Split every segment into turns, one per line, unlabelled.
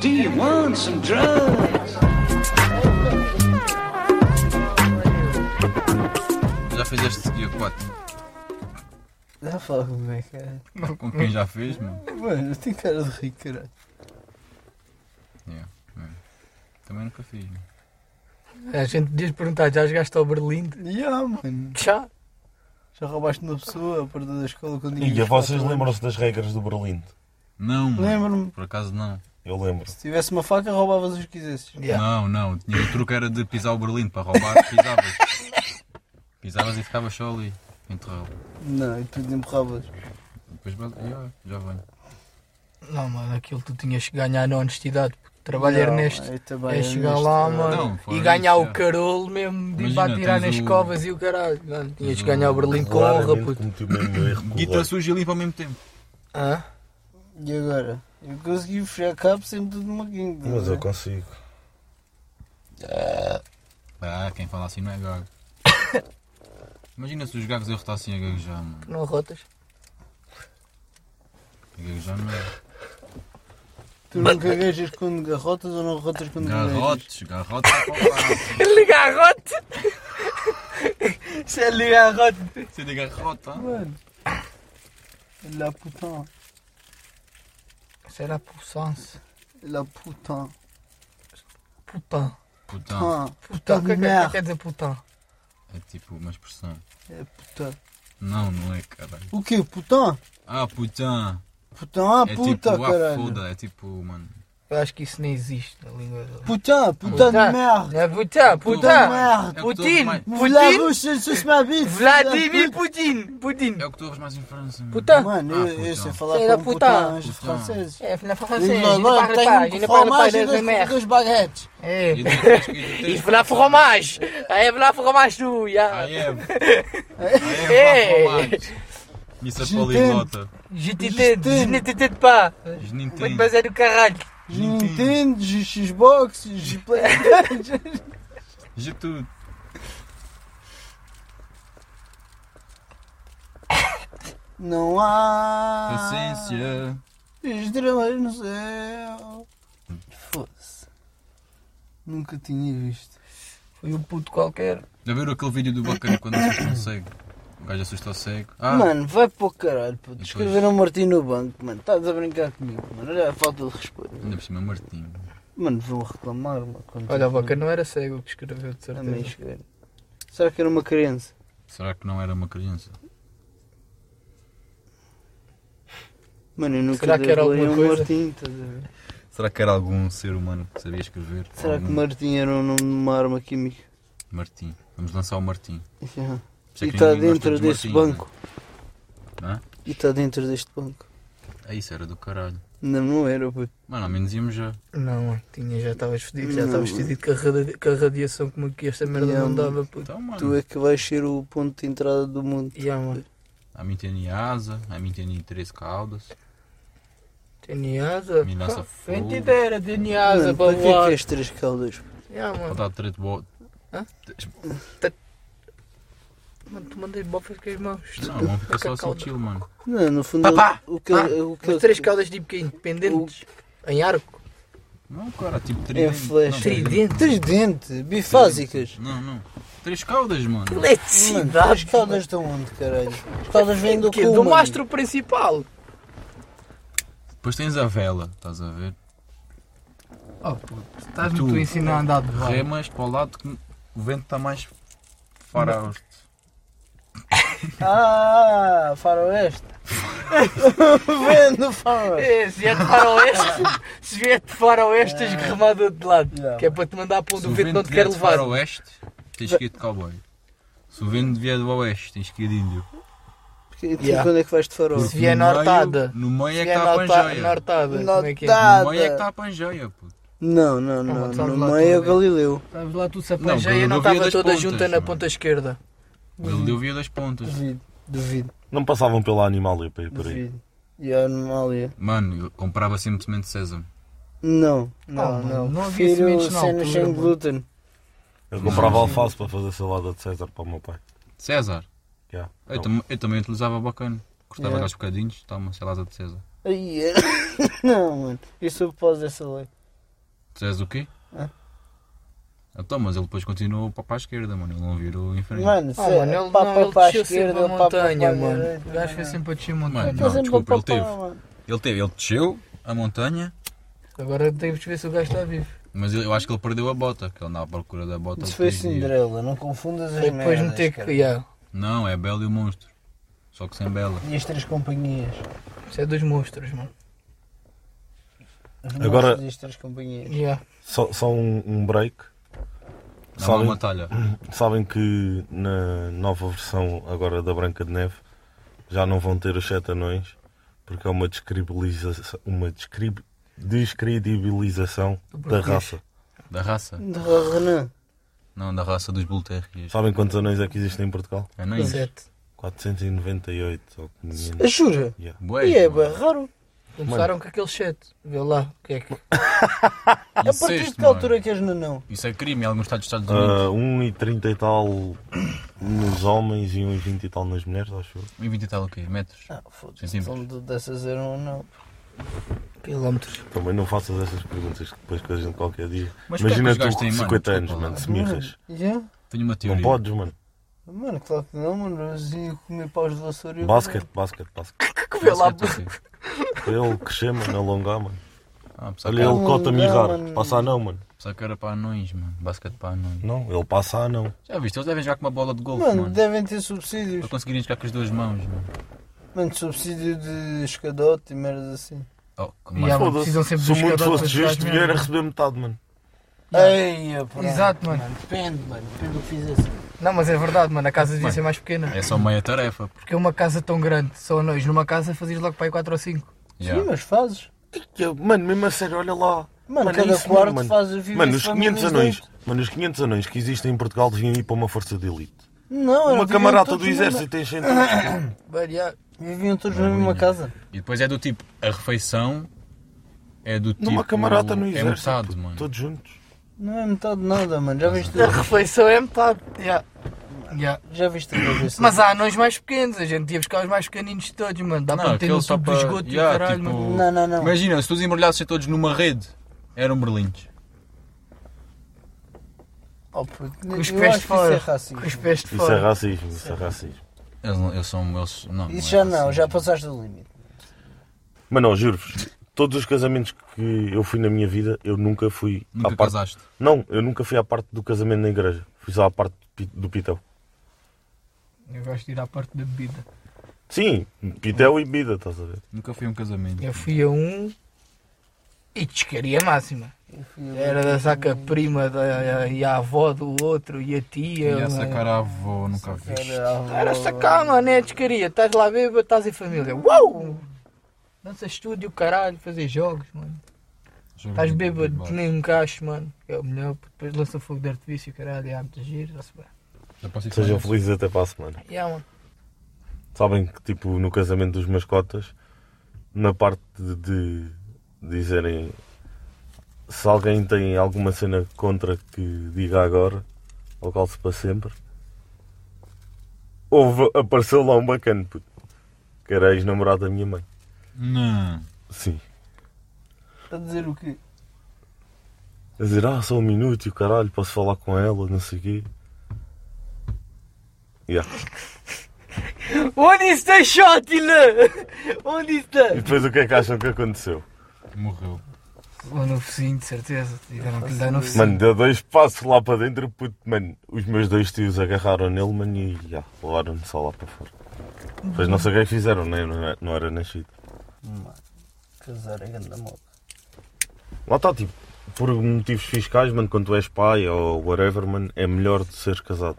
Do you want some drugs?
Já fizeste seguir 4?
Já fala como é que é.
Com quem já fez, mano?
Mano, eu tenho cara de rico, caralho.
Yeah, yeah. Também nunca fiz, mano.
A gente podias perguntar, já jogaste ao Berlim?
Ya, mano.
Já.
Já roubaste uma pessoa a perder da escola quando
E vocês lembram-se das regras do Berlim?
Não, mano.
Lembro-me.
Por acaso não.
Eu lembro.
Se tivesse uma faca, roubavas os que quisesses.
Yeah.
Não, não. Tinha, o truque era de pisar o Berlim para roubar, pisavas. Pisavas e ficavas só ali, enterrado.
Não, e tu lhe empurravas.
Depois yeah, já venho.
Não, mano, aquilo tu tinhas que ganhar na honestidade. porque Trabalhar
Não,
neste
eu também
é
era
chegar
neste,
lá,
mano.
Não,
mano,
fora
e ganhar
isso,
o
é.
carolo mesmo de ir
Imagina,
para atirar
tens
nas
o-
covas e o caralho. Mano, tinhas que
o-
ganhar o Berlim com honra, puto.
cometi o mesmo erro. que o
Guita
Roy.
suja e limpa ao mesmo tempo.
Hã?
E agora? Eu consegui fechar cabo sempre tudo numa guinda.
Mas
não é?
eu consigo.
Ah, quem fala assim não é gago. Imagina se os gagos eu assim a gaguejar, mano.
Não rotas?
A gaguejar não é.
Tu não gaguejas quando garrotas ou não é. garrotas quando gaguejas?
Garrotes, garrotes é para o lado.
Ele garrote!
é
Se ele garrote!
Você de garrota.
Mano. É La putain.
Será puissance?
La putain.
Putão.
Putão.
Ah,
Putão, o que é que- o que é
merda.
que quer dizer putão?
É tipo uma expressão.
É puta.
Não, não é, caralho.
O quê? Putain?
Ah, putão.
Putain, ah,
É
puta,
tipo, ah,
caralho.
foda. É tipo, mano.
Eu acho que isso nem existe na língua dele.
Putain, putain de merda.
É
Putain
putain,
de
putain!
merda.
É o que tu ouves
Putin!
mais-
Vla
Putin!
Russe, ele se ma bite.
Vladimir Putin! Putin!
É o que tu ouves mais em França, mano.
Putain!
Mano,
Ah,
eu, eu sei
putain.
falar
Sei lá,
como
putain.
putain, os
Putain.
franceses.
É, na França,
Eles
ainda
lá
parle pas,
têm
ainda
um
parle pas
fromage e
des
dois,
MR.
dois baguetes.
É.
E depois que- e
Il
depois-
veut la fromage! Il veut la fromage, tu,
Ah,
ya!
é. É,
É.
vá falar. Missa
Gente.
poliglota.
Je t'étais, je ne t'étais pas!
Je
Muito
Nintendo.
baseado do caralho!
Mmh.
Nintendo, Xbox, Play. é-
De tudo.
Não há.
Essência.
Estrelas no céu. Foda-se. Nunca tinha visto.
Foi um puto qualquer.
Já viram aquele vídeo do bacana quando assusta um cego? O gajo assusta o cego. Ah,
Mano, vai para o caralho, puto.
Depois.
Escreveram Martim no banco, mano. Estás a brincar comigo, mano. Olha a falta de respeito.
ainda por cima é o Martim.
Mano, vão reclamar, mano. quando-
Olha, o Boca não era cego que escreveu, de
Ah, mas,
certeza.
cara. Será que era uma criança?
Será que não era uma criança?
Mano, eu nunca
Será que era
dei play
alguma
ao
coisa?
é um Martim, estás a ver?
Será que era algum ser humano que sabia escrever?
Será que
Algum-
Martim era o nome de uma arma química?
Martim. Vamos lançar o Martim.
Yeah.
Por isso
E
é que
está
ninguém gosta
dentro
dos
desse
Martins,
banco.
Né? Hã?
E está dentro deste banco.
É isso, era do caralho.
Não, não era, puto.
Mano, ao menos íamos já.
Não, mano, tinha, já estavas fedido, já
Não, um-
estavas
mano.
fedido com a, radia- com a radiação como que esta merda
Yeah,
não dava,
mano.
puto.
Então, mano.
Tu é que vais ser o ponto de entrada do mundo.
Ya, mano.
A mim tem asa, a mim tem três caudas.
Tinha asa?
Me lança
Pá,
fogo.
Quem te dera, tinha asa,
Mano, para que é
babado.
que és três caldas?
Ya, mano.
Falta três bo...
Mano, tu mandas bofas com as mãos.
Não, vamos ficar só
Cacau.
assim chill, mano.
Não, no fundo.
Papá!
O que,
Ah,
o que
Mas três caudas tipo que independentes. Em arco.
Não, cara, tipo
É
tridente.
flecha.
Tridente.
Tridente, bifásicas.
Não, não. Três caudas, mano.
Mano,
Eletricidade.
as caudas estão onde, caralho? As caudas vêm do
Que é
cu.
do
mano.
mastro principal.
Depois tens a vela, estás a ver?
Oh puto, estás-me
Tu.
tu a ensinar a andar de barco.
Remas para o lado que o vento está mais fará
Ah, faroeste. Vendo faroeste.
É, se vier de faroeste, se vier de faroeste, tens que remar do outro lado.
É. Yeah.
Que é para te mandar para
Se
onde
o
o vento não
vento
te quer
vier de
levar.
faroeste, tens que ir de cowboy. Se o vento vier do oeste, tens que ir de índio.
Porque, então,
Yeah.
Quando é que vais de faroeste?
Se vier
No meio-
nortada.
No meio
Se
é que
vier
está a
norta-
pangeia.
nortada, como é que é?
No meio é que está a pangeia, puto.
Não, não,
Não,
não.
vamos lá
No
lá,
meio é o
tudo bem.
Galileu.
Estavas lá tu se a
Não,
pangeia não
não havia
estava
das
toda
pontas,
junta na
mano.
ponta esquerda. Uhum.
Ele deu via das pontas.
Duvido, duvido,
Não passavam pela Animalia para ir por aí.
duvido. E a anomalia?
Mano, eu comprava sempre semente de sésamo.
Não,
Ah,
não,
mano,
não.
não havia
Prefiro
sementes na
cenas
altura,
sem
mano.
glúten.
Eu comprava alface para fazer salada de César para o meu pai.
César.
Já.
Eu, tam- eu também utilizava bacana. Cortava
Yeah.
lá os bocadinhos, toma, sei lá, de César.
Ai, é- Não, mano. Eu sou pós dessa lei.
Tu és o quê?
É.
Então, mas ele depois continuou para a esquerda, mano. Ele não virou em
Hum.
frente.
Mano, é
Ah, mano, ele,
pá,
não,
pá,
ele
pá,
desceu sempre a
pá, pá, pá,
montanha, mano.
direita,
O gajo foi sempre a descer a montanha.
Mano,
Tá
não,
sempre
desculpa,
a
ele teve.
papar, mano.
Ele teve, ele desceu a montanha,
Agora temos de ver se o gajo está vivo.
mas eu eu acho que ele perdeu a bota, que ele andava à procura da bota.
Isso
ele
foi
três dias.
Cinderela, não confundas as
assim. Foi depois
merdas,
meter que.
cara.
Yeah,
Não, é Bela e o Monstro. Só que sem Bela.
E as três companhias.
isso é dos monstros, mano.
Os
Agora-
monstros e as três companhias.
Yeah.
Só, só um, um break.
Não há
Sabem,
uma talha.
sabem que na nova versão agora da Branca de Neve já não vão ter os sete anões porque é uma describilização, uma descri- descredibilização da raça.
Da raça.
De Renan.
Não, da raça dos Bulterrias.
Sabem quantos anões é que existem em Portugal?
É nem isso.
Sete.
498 ou 500.
Jura?
Yeah.
Bué,
E é
mano.
bué raro.
Começaram com aquele sete. Vê lá o que é que.
A partir de
Incesto,
que altura é
mano.
que és nanão?
Isso é crime em alguns estados dos Estados Unidos.
Ah, 1,30 e tal nos homens e 1,20 e tal nas mulheres, acho eu.
1,20 e tal o quê? Metros?
Ah,
Sim,
foda-se.
sim.
São de- dessas eram não.
Quilómetros.
Também não faças essas perguntas que depois que a gente qualquer dia.
Mas porquê é que
Imagina
os
tu
gajos
com
têm, mano?
50 anos,
Desculpa lá.
mano, se mirras.
Yeah.
Tenho uma
Não
teoria.
podes, mano.
é? Mano, claro que não, mano. Mas ia comer paus de vassoura e eu-
Basquete, basquete, basquete.
Vê lá.
é
Para ele crescer, mano, alongar, mano.
assim. Ah, pensava que
Olha
era-
ele cota
Alongar,
mirrar.
mano.
Passa a não, mano.
pensava que era para anões, mano. Basquete para anões.
Não, ele passa a não.
Já viste? Eles devem jogar com uma bola de golfe,
Mano,
mano.
devem ter subsídios.
Para conseguirem jogar com as duas mãos, mano.
Mano, subsídio de escadote e merdas assim.
Oh, que
Yeah,
mano.
mano, precisam sempre
Se o
dos
mundo
cadotes
fosse
para
justo,
trás,
vier a
mano.
receber metade, mano.
Ei, é pá.
Exato, mano.
Depende, mano. Depende do que assim. fizesse.
Não, mas é verdade, mano. A casa devia
Mano.
ser mais pequena.
É só meia tarefa. porque-
Porque uma casa tão grande, só nós, numa casa fazias logo para aí 4 ou 5.
Yeah.
Sim, mas fazes.
Mano, mesmo a sério, olha lá.
Mano,
Mano, é
cada
isso mesmo,
quarto
mano.
faz vive
Mano, os
as
500
famílias
anões.
dentro.
Mano, os 500 anões que existem em Portugal deviam ir para uma força de elite.
Não, era
Uma
viviam
camarada
todos
do
na
exército tem gente.
Variar.
mesma- Viviam todos na mesma casa.
E depois é do tipo, a refeição é do tipo.
Numa camarada no
É
exército.
metade, mano.
Todos juntos.
Não é metade de nada, mano. Já viste,
A refeição é metade. Yeah. Yeah.
já viste a cabeça?
Mas há anões mais pequenos, a gente ia buscar os mais pequeninos de todos, mano. Dá
Não,
para meter no
aquele só
tubo do
para-
esgoto e
Yeah,
o caralho,
tipo-
mano.
Não, não, não.
Imagina, se tu os embrulhassem todos numa rede, eram berlindes.
Oh, puto,
Com os
eu acho
pés de
que isso é
fora.
racismo.
Com os pés de
Isso é
fora.
racismo, isso é racismo.
Eles, não- eles são. Eles, não,
Isso
é
já não,
assim.
já passaste do limite.
Mas não, juro-vos, todos os casamentos que eu fui na minha vida, eu nunca fui
Nunca
à parte.
casaste.
Não, eu nunca fui à parte do casamento na igreja. Fui só à parte do pi- do Pitel.
Eu gosto de ir à parte da bebida.
Sim, Pitel e bebida, estás a ver?
Nunca fui a um casamento.
Eu fui a um. E tiscaria máxima. Era da saca prima da, e a avó do outro e a tia. um
E essa
mano.
cara é a avó, nunca vi.
Era sacar, mano, é a tiscaria. Estás lá bêbado, estás em família. Uau! Dança estúdio, caralho, fazer jogos, mano.
Jogo
Estás
de-
bêbado
de
que nem um cacho, mano. que É o melhor, porque depois lança fogo de artifício, caralho, e há muitas giras, está-se bem.
bola. Já posso ir
Sejam
falar?
felizes até para a semana.
Yeah, mano.
Sabem que, tipo, no casamento dos mascotas, na parte de, de dizerem se alguém tem alguma cena contra que diga agora, ou calce para sempre, houve, apareceu lá um bacana, puto, que era ex-namorado da minha mãe.
Não.
Sim.
Está a dizer o quê?
A dizer, ah, só um minuto e o caralho, posso falar com ela, não sei o quê. Yeah.
Onde está Shotila? Onde está?
E depois o que é que acham que aconteceu?
Morreu.
Ou no focinho, de certeza. Tiveram que lhe dar no focinho.
Mano, deu dois passos lá para dentro, puto, mano. Os meus dois tios agarraram nele, mano, e yeah, levaram-no só lá para fora. Depois não sei o que é que fizeram, né? não, era- não era nascido.
Casar é grande moda.
Lá está, tipo, por motivos fiscais, mano, quando tu és pai ou whatever, mano, é melhor de seres casado.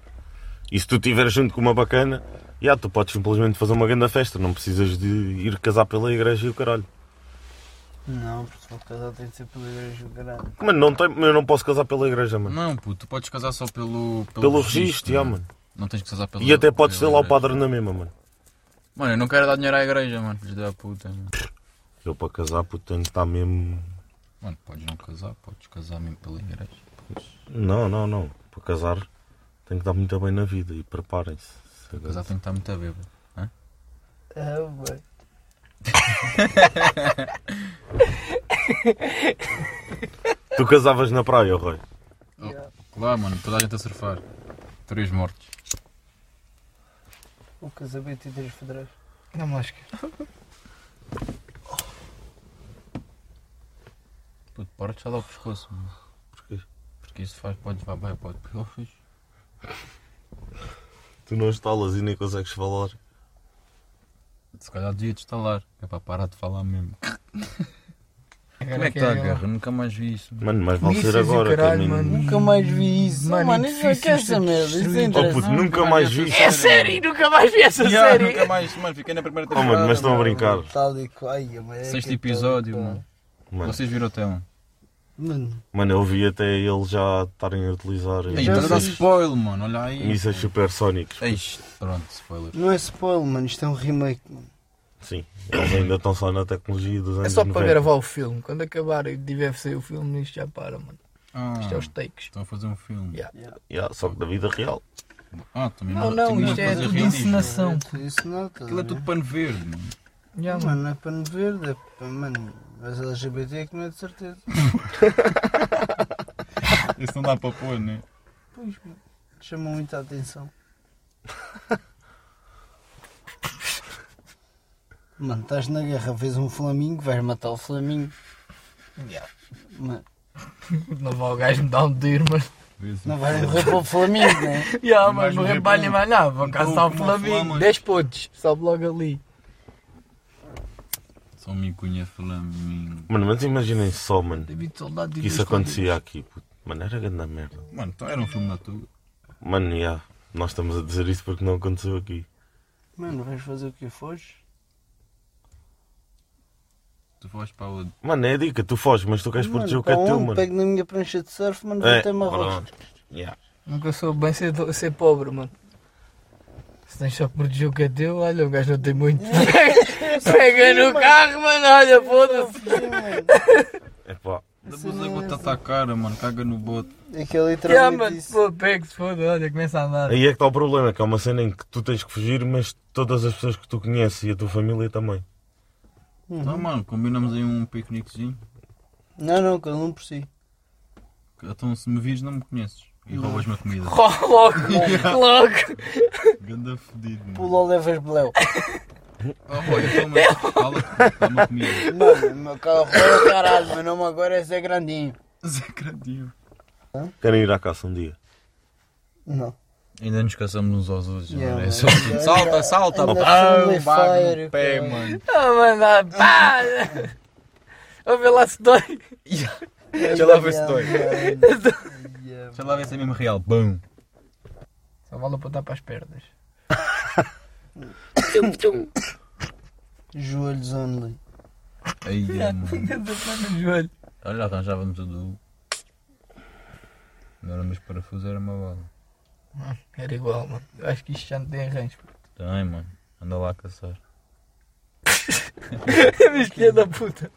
E se tu estiveres junto com uma bacana, yeah, tu podes simplesmente fazer uma grande festa, não precisas de ir casar pela igreja e o caralho.
Não, porque se for casar tem de ser pela igreja grande.
Mano, não tem, eu não posso casar pela igreja, mano.
Não, puto, tu podes casar só pelo.
Pelo registro, já,
mano.
mano.
Não tens que casar pelo.
E até podes ter
pela
lá o
igreja.
padre na mesma, mano.
Mano, eu não quero dar dinheiro à igreja, mano. Filhos da puta, mano.
Eu para casar, puto, tenho que estar mesmo.
Mano, podes não casar, podes casar mesmo pela igreja. Pois,
Não, não, não. Para casar, tenho que estar muito bem na vida e preparem-se. Se
casar tem que estar muito a bêbado.
É, ué.
Tu casavas na praia, Roy.
Oh.
Claro, mano, toda a gente a surfar. Três mortos.
O casamento e três federais.
Na mosca.
Puto, para de lá o pescoço, mano.
Porquê?
Porque isso faz, pode levar bem, pode pegar os
Tu não estalas e nem consegues falar.
Se calhar devia estalar. É para parar de falar mesmo.
Agora
Como é que está a guerra? Nunca mais vi isso. mano.
Mano, mas vale
Mísseis
ser
e
agora. é
caralho,
também.
mano.
Nunca mais vi isso.
Mano,
Mano, isso é que é
edifícios
essa merda. Isso é
destruídos.
Oh,
interessante.
puto, nunca mais vi isso.
É sério, nunca mais vi essa
Yeah,
série.
nunca mais, mano, fiquei na primeira
Oh,
temporada.
mano, mas estão a
mano.
brincar.
Tal e qual. Ai, a merda
Sexto
que tá-
episódio,
tá.
mano.
Mano,
Vocês viram até um.
Mano,
mano, eu vi até eles já estarem a utilizar eh,
Ei,
já
estás a dar
fiz.
spoiler, mano, olha aí.
mísseis supersónicos.
Ei, pronto, spoiler.
não é spoiler, mano. Isto é um remake. mano.
Sim, eles ainda estão só na tecnologia dos
É
anos
só para
90.
gravar o filme. Quando acabar e tiver sair o filme, isto já para, mano.
Ah,
Isto é os takes.
estão a fazer um filme.
Yeah.
Yeah, só que da vida real.
Ah, também
Não, não,
também
isto é
fazer
tudo
realismo.
encenação.
Isso não, tá
Aquilo é tudo pano verde, mano.
Já, mano.
Mano, é pano verde, é pa- mano. Mas LGBT é que não é de certeza.
Isso não dá para pôr, né?
Pois, mano. Chamou muita atenção. Mano, estás na guerra, vês um flamingo, vais matar o flamingo.
Yeah.
Mano,
Não vai o gajo me dar um tiro, mas.
Vês?
não vais morrer para o flamingo, né?
Já,
Não
mas
vais
não
morrer
rebalha
com-
mais nada. Ah, Vou
com-
caçar o
com Um uma
Flamengo.
flama.
10 pontos. Sobe logo ali.
Só me cunha flamingo.
Mano, mas imaginem só, mano,
David Soldado
que isso acontecia aqui. Puto. Mano, era grande merda.
Mano, então era um filme da tua.
Mano, yeah, nós estamos a dizer isso porque não aconteceu aqui.
Mano, vais fazer o que foges?
Tu foste para o.
Mano, é a dica, tu foges, mas tu queres proteger o que é
pá,
teu,
onde?
mano.
Pego na minha prancha de surf, mano, vou
É,
até Marrocos.
pronto. Yeah.
Nunca soube bem ser, do- ser pobre, mano. Se tens só por dizer o que é teu, olha, o gajo não tem muito. Pega no carro, É. mano, olha, foda-se.
Epá,
Depois a gota está a cara, mano. Caga no bote.
É que é
Yeah,
literalmente
mano,
isso.
pô, pega-se, foda, olha, começa a andar.
aí é que está o problema, que é uma cena em que tu tens que fugir, mas todas as pessoas que tu conheces e a tua família também.
Então, mano, combinamos aí um piqueniquezinho.
Não, não, cada um por si.
Então, se me vires, não me conheces. E roubas-me a comida.
Logo, logo.
Ganda fedido, mano.
Pula ou levas bleu.
Oh, olha, toma, fala-te, dá-me a comida.
Mano, meu carro é o caralho, meu nome agora é Zé Grandinho.
Zé Cradinho.
Querem ir à caça um dia.
Não.
Ainda nos caçamos uns aos outros.
Yeah,
mano. É
mano.
só assim, Salta, salta,
Ainda
pá,
friendly
baga
fire,
no pé,
cara.
mano.
Ah, mano, ah, pá! Ouve lá se dói.
Deixa lá ver se dói.
Yeah.
Deixa lá ver se é mesmo real. Bom.
Só vale apontar para as pernas.
Joelhos only.
Aí, é, mano.
no joelho.
Olha, arranjávamos tudo. Não era, mas parafuso era uma bala.
Era igual, mano. Eu acho que isto já não tem arranjo.
Tem, Tá mano. Anda lá a caçar.
Mas filha da puta.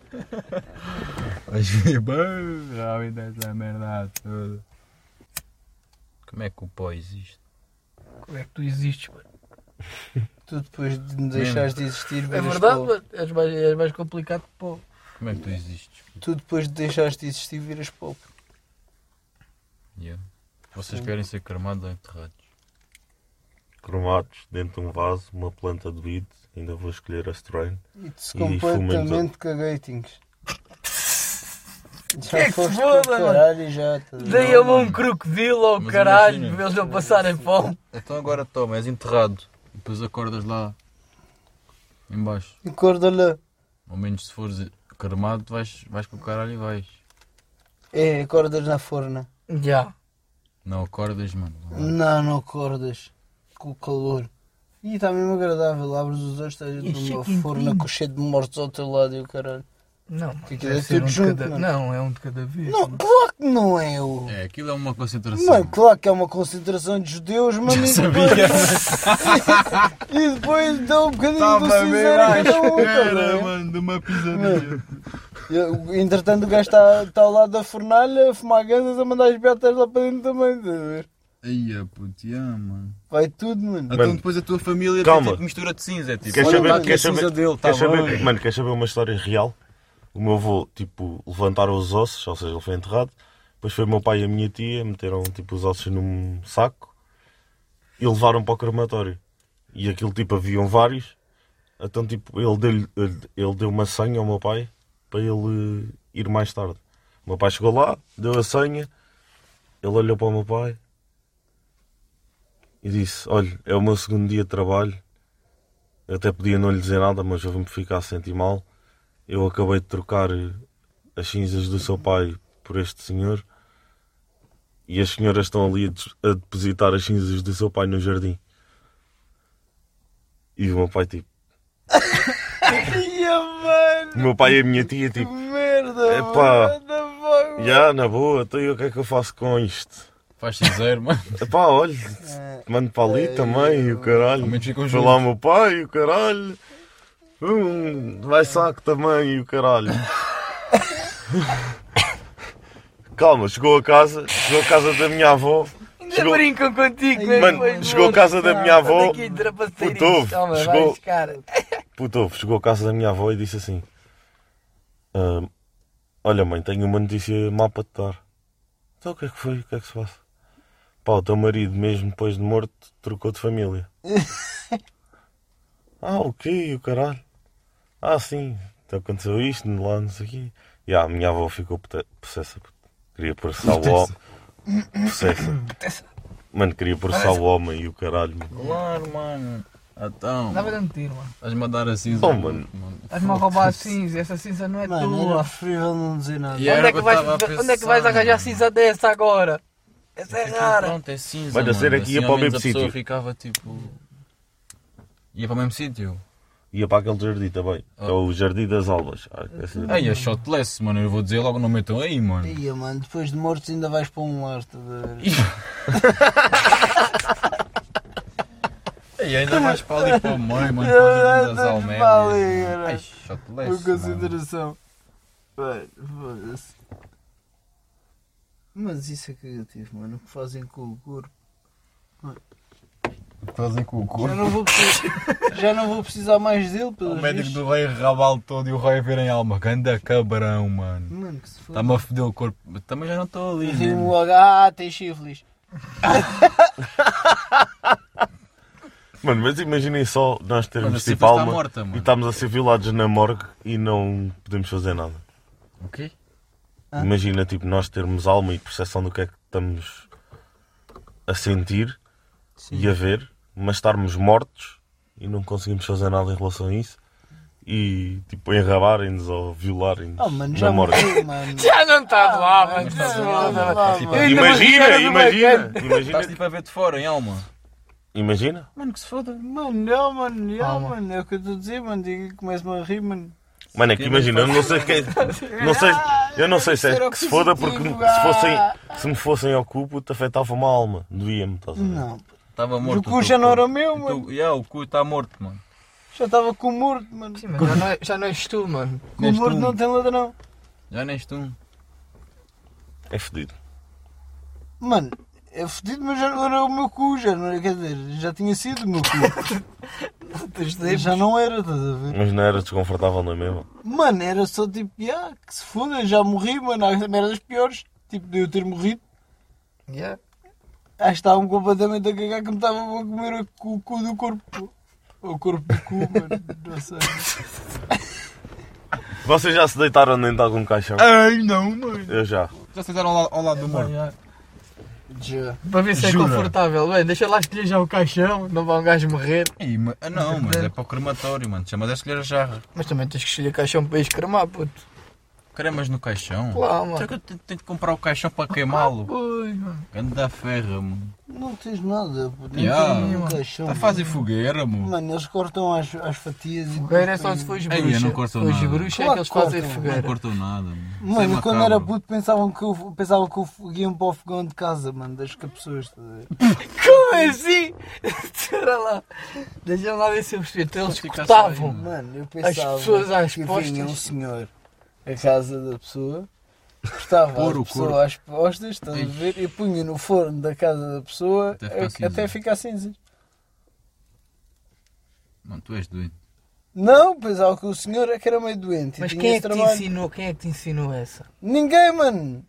Mas vi, bom, já ouvi dessa merda é toda. Como é que o pó existe?
Como é que tu existes, mano?
Tu depois de me deixares de existir,
É
viras
verdade,
pobre.
mano. És mais, és mais complicado que pô.
Como é que tu existes?
Tu depois de deixares de existir, viras pobre.
Yeah. Vocês querem ser cremados ou enterrados?
Cromados, dentro de um vaso, uma planta de weed, ainda vou escolher a strain.
E te
E fumamos
completamente caguei, Tinks.
Que é
Já
que se
foste
foda,
para o
mano?
caralho e já. tá-
Dei-me um crocodilo ao
Mas
caralho
imagina.
para eles não passarem fome.
Então agora toma, és enterrado. E depois acordas lá. Embaixo.
Acorda-lhe.
Ao menos se fores cremado, vais, vais para o caralho e vais.
É, acordas na forna.
Já.
Não acordas, mano.
Não, não acordas. Com o calor. E está mesmo agradável. Abres os olhos, estás dentro de
Isso é
uma
quentinho.
forna com cheio de mortos ao teu lado e o caralho.
Não, mano.
Aquilo
deve
é
ser
tudo
um de
junto,
cada-
mano.
Não, é um de cada vez.
Não, claro que não é o.
É, aquilo é uma concentração.
Mano, claro que é uma concentração de judeus, mano. e
sabia,
depois- e depois dá um bocadinho do cinzeiro a cada um. tá bem?
né? mano, de uma pisadinha.
Eu- Entretanto, o gajo está tá ao lado da fornalha a fumar gansas a mandar as beatas lá para dentro também. tá a ver?
Aí, a puto, yeah, mano.
Vai tudo, mano.
Então depois a tua família tem
Calma.
tipo mistura de cinza, é tipo.
Queres
olha,
saber-
tá aqui a
queres
cinza
saber-
dele, tá
Quer saber,
bem.
mano, quer saber uma história real? o meu avô, tipo, levantaram os ossos, ou seja, ele foi enterrado. Depois foi o meu pai e a minha tia, meteram, tipo, os ossos num saco e levaram para o crematório. E aquilo, tipo, haviam vários. Então, tipo, ele deu, ele deu uma senha ao meu pai para ele eh, ir mais tarde. O meu pai chegou lá, deu a senha, ele olhou para o meu pai e disse: Olha, é o meu segundo dia de trabalho. Eu até podia não lhe dizer nada, mas eu vou-me ficar a sentir mal. Eu acabei de trocar eh, as cinzas do seu pai por este senhor e as senhoras estão ali a des- a depositar as cinzas do seu pai no jardim. E o meu pai, tipo,
Ia, mano!
o meu pai e a minha tia, tipo,
Merda!
Epá.
mano, da fuck,
já, na boa, então e o que é que eu faço com isto?
Faz cinzeiro, mano.
Epá, olha, mando para ali também, e o caralho.
Ao menos ficam
Foi lá o meu pai, e o caralho. Hum, vai saco também, e o caralho. Calma, chegou a casa, chegou a casa da minha avó.
Ainda
Chegou-
brincam contigo,
Mano, chegou a casa da minha avó, puto,
Putou,
chegou-
chegou. Cara.
Puto, houve, chegou à casa da minha avó e disse assim: "Ah, Olha, mãe, tenho uma notícia má para te dar. Então o que é que foi? O que é que se passa? Pá, o teu marido, mesmo depois de morto, trocou de família. ah, o quê? E o caralho? Ah, sim, então aconteceu isto, lá, não sei o quê. E ah, a minha avó ficou pute- possessa. puto. Queria processar o homem. Possessa. Mano, queria processar o homem e o caralho. mano.
Claro, mano. Então,
Dá-me dar um tiro, mano.
vais mandar a cinza.
Oh, mano.
Estás-me a roubar a cinza, essa cinza não é
Mano,
tua.
era preferível não dizer nada.
E era
onde, é
o
que
eu
vais,
tava a
onde é que vais
pensar,
arranjar
mano.
cinza dessa agora? Essa é
Aquilo
rara.
Pronto, é cinza.
Vai nascer
mano.
aqui e ia
Assim,
para o
ao menos
mesmo
a pessoa
sítio.
ficava tipo. ia para o mesmo sítio.
Ia para aquele jardim também. que É o Jardim das Almas. Ah, que é assim.
Ei, é shotless, mano. Eu vou dizer logo, não metam aí, mano.
Ia, mano, depois de mortos ainda vais para um lar, estás a ver?
E ainda mais para ali para a mãe, mano. Para o jardim das
Para ali,
almélias.
cara.
Ai, shotless.
Por
É mano.
consideração. Mano, foda-se. Mas isso é cagativo, mano. O que fazem com o corpo?
Fazem com o corpo.
Já não vou precisar, já não vou precisar mais dele,
O
pelos
médico
vistos.
do rei rabalo todo e o rei vira em alma. Ganda cabrão, mano.
Mano, que se foda.
Está-me a foder o corpo. Mas Também já não estou ali.
Rio-me
né?
logo, ah, tem chifres.
Mano, mas imaginem só nós
Mano, a
termos
Silva está
tipo alma
morta, mano.
e estamos a ser violados na morgue e não podemos fazer nada.
O quê?
Ah.
Imagina tipo nós termos alma e percepção do que é que estamos a sentir e a ver, mas estarmos mortos e não conseguimos fazer nada em relação a isso e tipo enrabarem-nos ou violarem-nos
Oh, mano,
na
já
morgue.
morreu, mano.
Já não
Ah,
está lá, mano.
tá
Já morreu, mano.
Tipo,
Ainda me
Imagina,
ricaram do
imagina,
Estás
imagina,
tipo a ver de fora em alma.
imagina.
Mano, que se foda.
Mano, não, mano, não,
Calma.
mano, é o que eu estou a dizer, mano, digo, começo-me a rir, mano.
Mano, é que imagina, eu não sei quem. Não sei, eu não sei se
Ser
é
o
que se foda porque
positivo,
se, fossem,
ah.
se me fossem ao cubo, te afetava uma alma. Doía-me, estás a ver?
Não,
Estava
o
morto. então-
cu
teu
já não
corpo.
era
E
meu,
tu-
mano,
Ya, o cu está morto, mano.
já estava com o morto, mano.
Sim, mas já não, é- já não és tu, mano.
Com o
Neste
morto
um.
não tem ladrão.
Já nem tu.
É fedido.
Mano, é fodido, mas já não era o meu cu, já não era, quer dizer, já tinha sido o meu cu. já não era, estás a ver?
Mas não era desconfortável, não é mesmo?
Mano, era só tipo, ah, que se foda, já morri, mano, há merdas piores, tipo, de eu ter morrido.
Yeah.
Acho que estava-me completamente a cagar que me estava a comer o cu, o cu do corpo. O corpo do cu, mano, não sei.
Vocês já se deitaram dentro de algum caixão?
Ai, não, mano.
Eu já.
Já sentaram ao, ao lado do morto.
Já.
Para ver se é
Jura?
confortável. Bem, deixa lá escolher já o caixão, não vai um gajo morrer.
Ih, ma- ah, não, mas é para o crematório, mano. Chama de escolher a jarra.
Mas também tens que escolher caixão para escremar, puto.
Cremas no caixão.
Claro, mano.
Será que eu tenho, tenho que comprar o caixão para queimá-lo?
Ui, mano.
Anda da ferra, mano.
Não tens nada, puto.
Ya,
não tens nenhum
mano.
caixão.
Está
Tá
a fazer fogueira,
mano.
mano.
Mano, eles cortam as, as fatias e.
Fogueira é só se fores
Ei, eu
bruxa.
não corto
se fores
nada.
bruxa é
Claro
que eles
que corto,
fazem
mano.
Não
fogueira.
cortou nada, mano. Isso é
Mano, quando era
macabro.
puto pensavam que eu, pensavam que eu iam para o fogão de casa, mano, das pessoas. estás a ver?
Como assim? Espera lá. Deixa-me lá ver se eu percebi. Então eles
Fica só aí,
cortavam.
Mano, eu pensava
pessoas às
que vinha
postas.
um senhor à casa da pessoa, cortava
Pôr o
a
corpo.
pessoa às postas, estás a ver, e punha no forno da casa da pessoa
Até ficar
a- até
cinza.
ficar cinza.
Mano, tu és doido.
Não, pensava que o senhor é que era meio doente. e
Mas
tinha
quem é
esse
que te
trabalho.
ensinou? Quem é que te ensinou essa? Então
Ninguém, mano.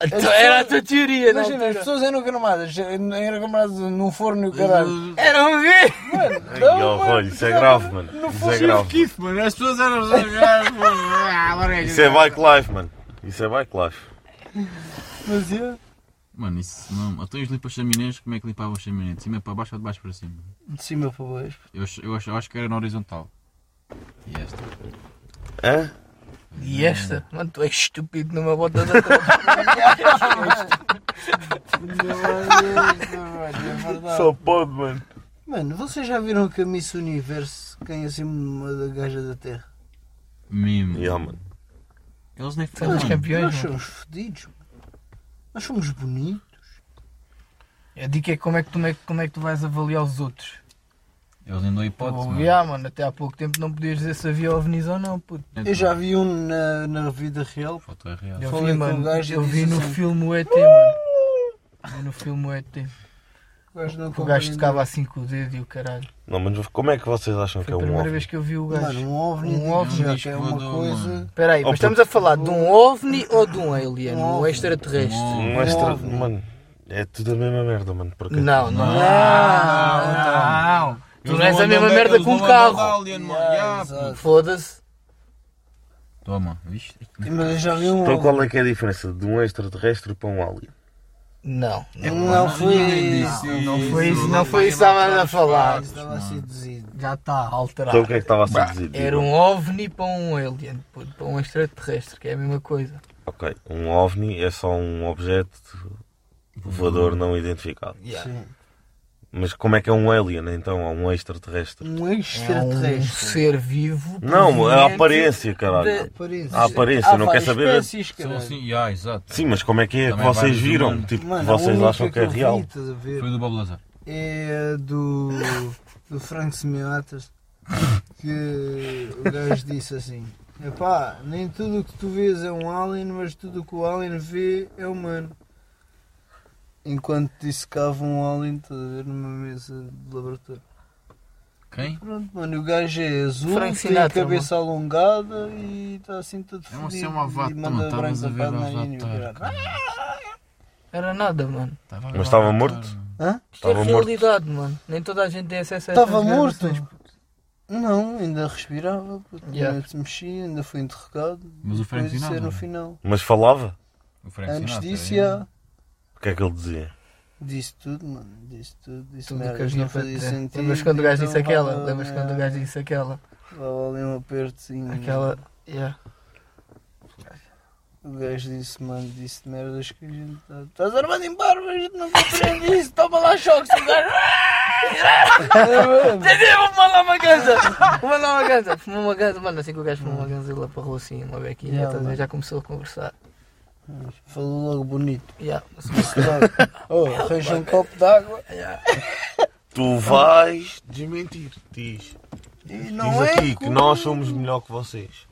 Então
Era a tua teoria, não?
Imagina, as pessoas eram camaradas. Eram camaradas num forno e o caralho.
Era um ver!
Mano,
Ai,
não,
ó, olha,
mano.
isso é grave, mano. Isso é grave. mano.
Kiff, mano. As pessoas eram os lugares, Ah,
Isso é bike life, mano. Isso é bike life.
Mas é.
Mano, isso não. Até os limpas chaminés, como é que limpavam os chaminés? De cima para baixo ou de baixo para cima?
De cima para baixo.
Eu, acho- eu, acho- eu acho que era na horizontal. E esta.
Hã?
E esta? Hum. Mano, tu és estúpido numa bota da tropa.
Só pode, mano.
Mano, vocês já viram que a Miss Universo ganha assim uma da gaja da Terra?
Mimo.
Yeah, mano.
Eles nem
São os
falam.
campeões,
Nós
mano.
somos fodidos. mano. Nós somos bonitos.
Eu digo é como é que tu, como é que tu vais avaliar os outros.
Eles nem dão hipótese.
Pode,
mano.
mano, até há pouco tempo não podias dizer se havia ovnis ou não, puto.
Eu já vi um na, na vida real.
Foto é real.
Eu
Falei
vi,
com um
mano,
gajo e
eu vi
disse
no
assim,
filme o ET, mano. Vi no filme o ET.
O um gajo não
O gajo
compreendeu.
tocava assim com o dedo e o caralho.
Não, mas como é que vocês acham que
Foi
é
a
um
primeira
óbvio?
vez que eu vi o
Mano,
gajo.
um ovni,
Um
digo
ovni
já, que é uma
explodiu,
coisa.
mano.
Espera aí,
Oh,
mas estamos a falar de um ovni ou de um alien?
Um
Um
ovni.
extraterrestre?
Um extra...
óbvio.
Mano, é tudo a mesma merda, mano. Porque...
Não, não.
Não,
Ah, não. Tu não és a mesma merda que um carro.
Yeah, exato.
Foda-se.
Toma, viste?
Mas eu já vi um
Então
ovni.
qual é que é a diferença de um extraterrestre para um alien?
Não. Não,
Não foi.
Não
foi isso, não foi isso que estava a falar.
Estava a ser dezido.
Já está alterado.
Então o que é que estava a ser dizido?
Era um ovni para um alien, puto, para um extraterrestre, que é a mesma coisa.
Ok, um OVNI é só um objeto voador não identificado.
Sim.
Mas como é que é um alien então, ou um extraterrestre?
Um
É um
extraterrestre. Ah,
ser vivo.
Não, a
proveniente
aparência, caralho.
de-
Aparência.
A um Ah, aparência,
Há
não
várias
quer saber-
espécies,
São
caralho.
assim, yeah, exato.
Sim, mas como é que é
Também
que vocês
vários
viram?
humanos.
Tipo,
Mano,
que
a
vocês
única
acham que é
eu vi,
real?
estás a ver,
Foi do Bob Lazar.
É do, do Frank Semiotas que o gajo disse assim: Epá, nem tudo o que tu vês é um alien, mas tudo o que o alien vê é humano. Enquanto dissecava um alien, estás a ver, numa mesa de laboratório.
Quem?
Pronto, mano, e o gajo é azul,
Frank
tem a
Sinatra,
cabeça alongada e está assim todo
É uma-
fodido
é uma
e
vata, mano,
manda
estavas a
branco
ver
para a
o
narinha e o
avatar,
caralho.
Era nada, mano.
Mas estava morto?
Hã?
Isto é
Estava morto.
realidade, mano. Nem toda a gente tem acesso a estas
Estava morto?
gravações, puto.
Não, ainda respirava, puto,
Yeah.
ainda se mexia, ainda foi interrogado.
Mas o Frank
Depois isso é
Sinatra,
no
não?
final.
Mas falava?
O Frank
Antes
Sinatra,
disso,
é.
já,
O que é que ele dizia?
disse tudo, mano. Disse tudo, disse
Tudo o que
merda,
eu tinha
não
para
fazia
dizer.
sentido.
né? Lembras quando o gajo
então
disse aquela?
vá lá,
Lembras quando o
merda,
gajo disse aquela?
vá ali um apertozinho.
Aquela. Yeah.
O gajo disse, mano, disse merdas que a gente está. Estás armado em barba, a gente não compreende isso, toma lá choques, o gajo. Era mesmo.
Vou falar uma ganza! Vou falar uma ganza! Fumou uma ganza, mano. Assim que o gajo fumou uma ganza, ele aparrou assim, uma bequinha,
Yeah,
estás a ver?
mano.
já começou a conversar.
Falou logo bonito.
Yeah. mas-
Oh, arranja um copo d'água.
Tu vais desmentir. Diz.
E
Diz
não é.
aqui que
como-
nós somos melhor que vocês.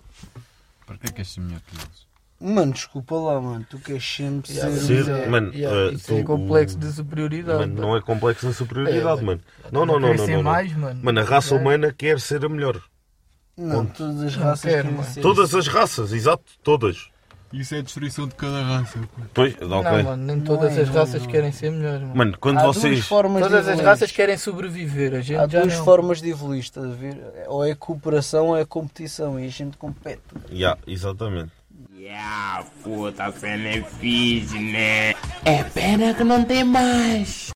Para que é que és melhor que eles?
Mano, desculpa lá, mano, tu queres sempre
Yeah,
ser.
Ser-
o melhor.
mano,
Yeah,
eh,
isso é
tu-
complexo
o-
de superioridade.
Mano, não é complexo a superioridade,
É,
mano. Não, não, não,
querer
não,
ser
não, não.
mais, mano.
Mano, a raça
É.
humana quer ser a melhor.
Não, todas as raças
quero,
querem
mano.
ser.
Todas as raças, exato, todas.
Isso é a destruição de cada raça.
Pois,
Não,
ok.
mano, nem todas
Não é,
as raças
não.
querem ser melhores, mano.
Mano, quando
Há duas
vocês.
formas
Todas
de
as
evoluir.
raças querem sobreviver, a gente
Há
já
duas
não.
formas de evoluir, estás a ver? Ou é cooperação ou é competição e a gente compete.
Yeah, exatamente.
Ah, puta, cena é fixe, né?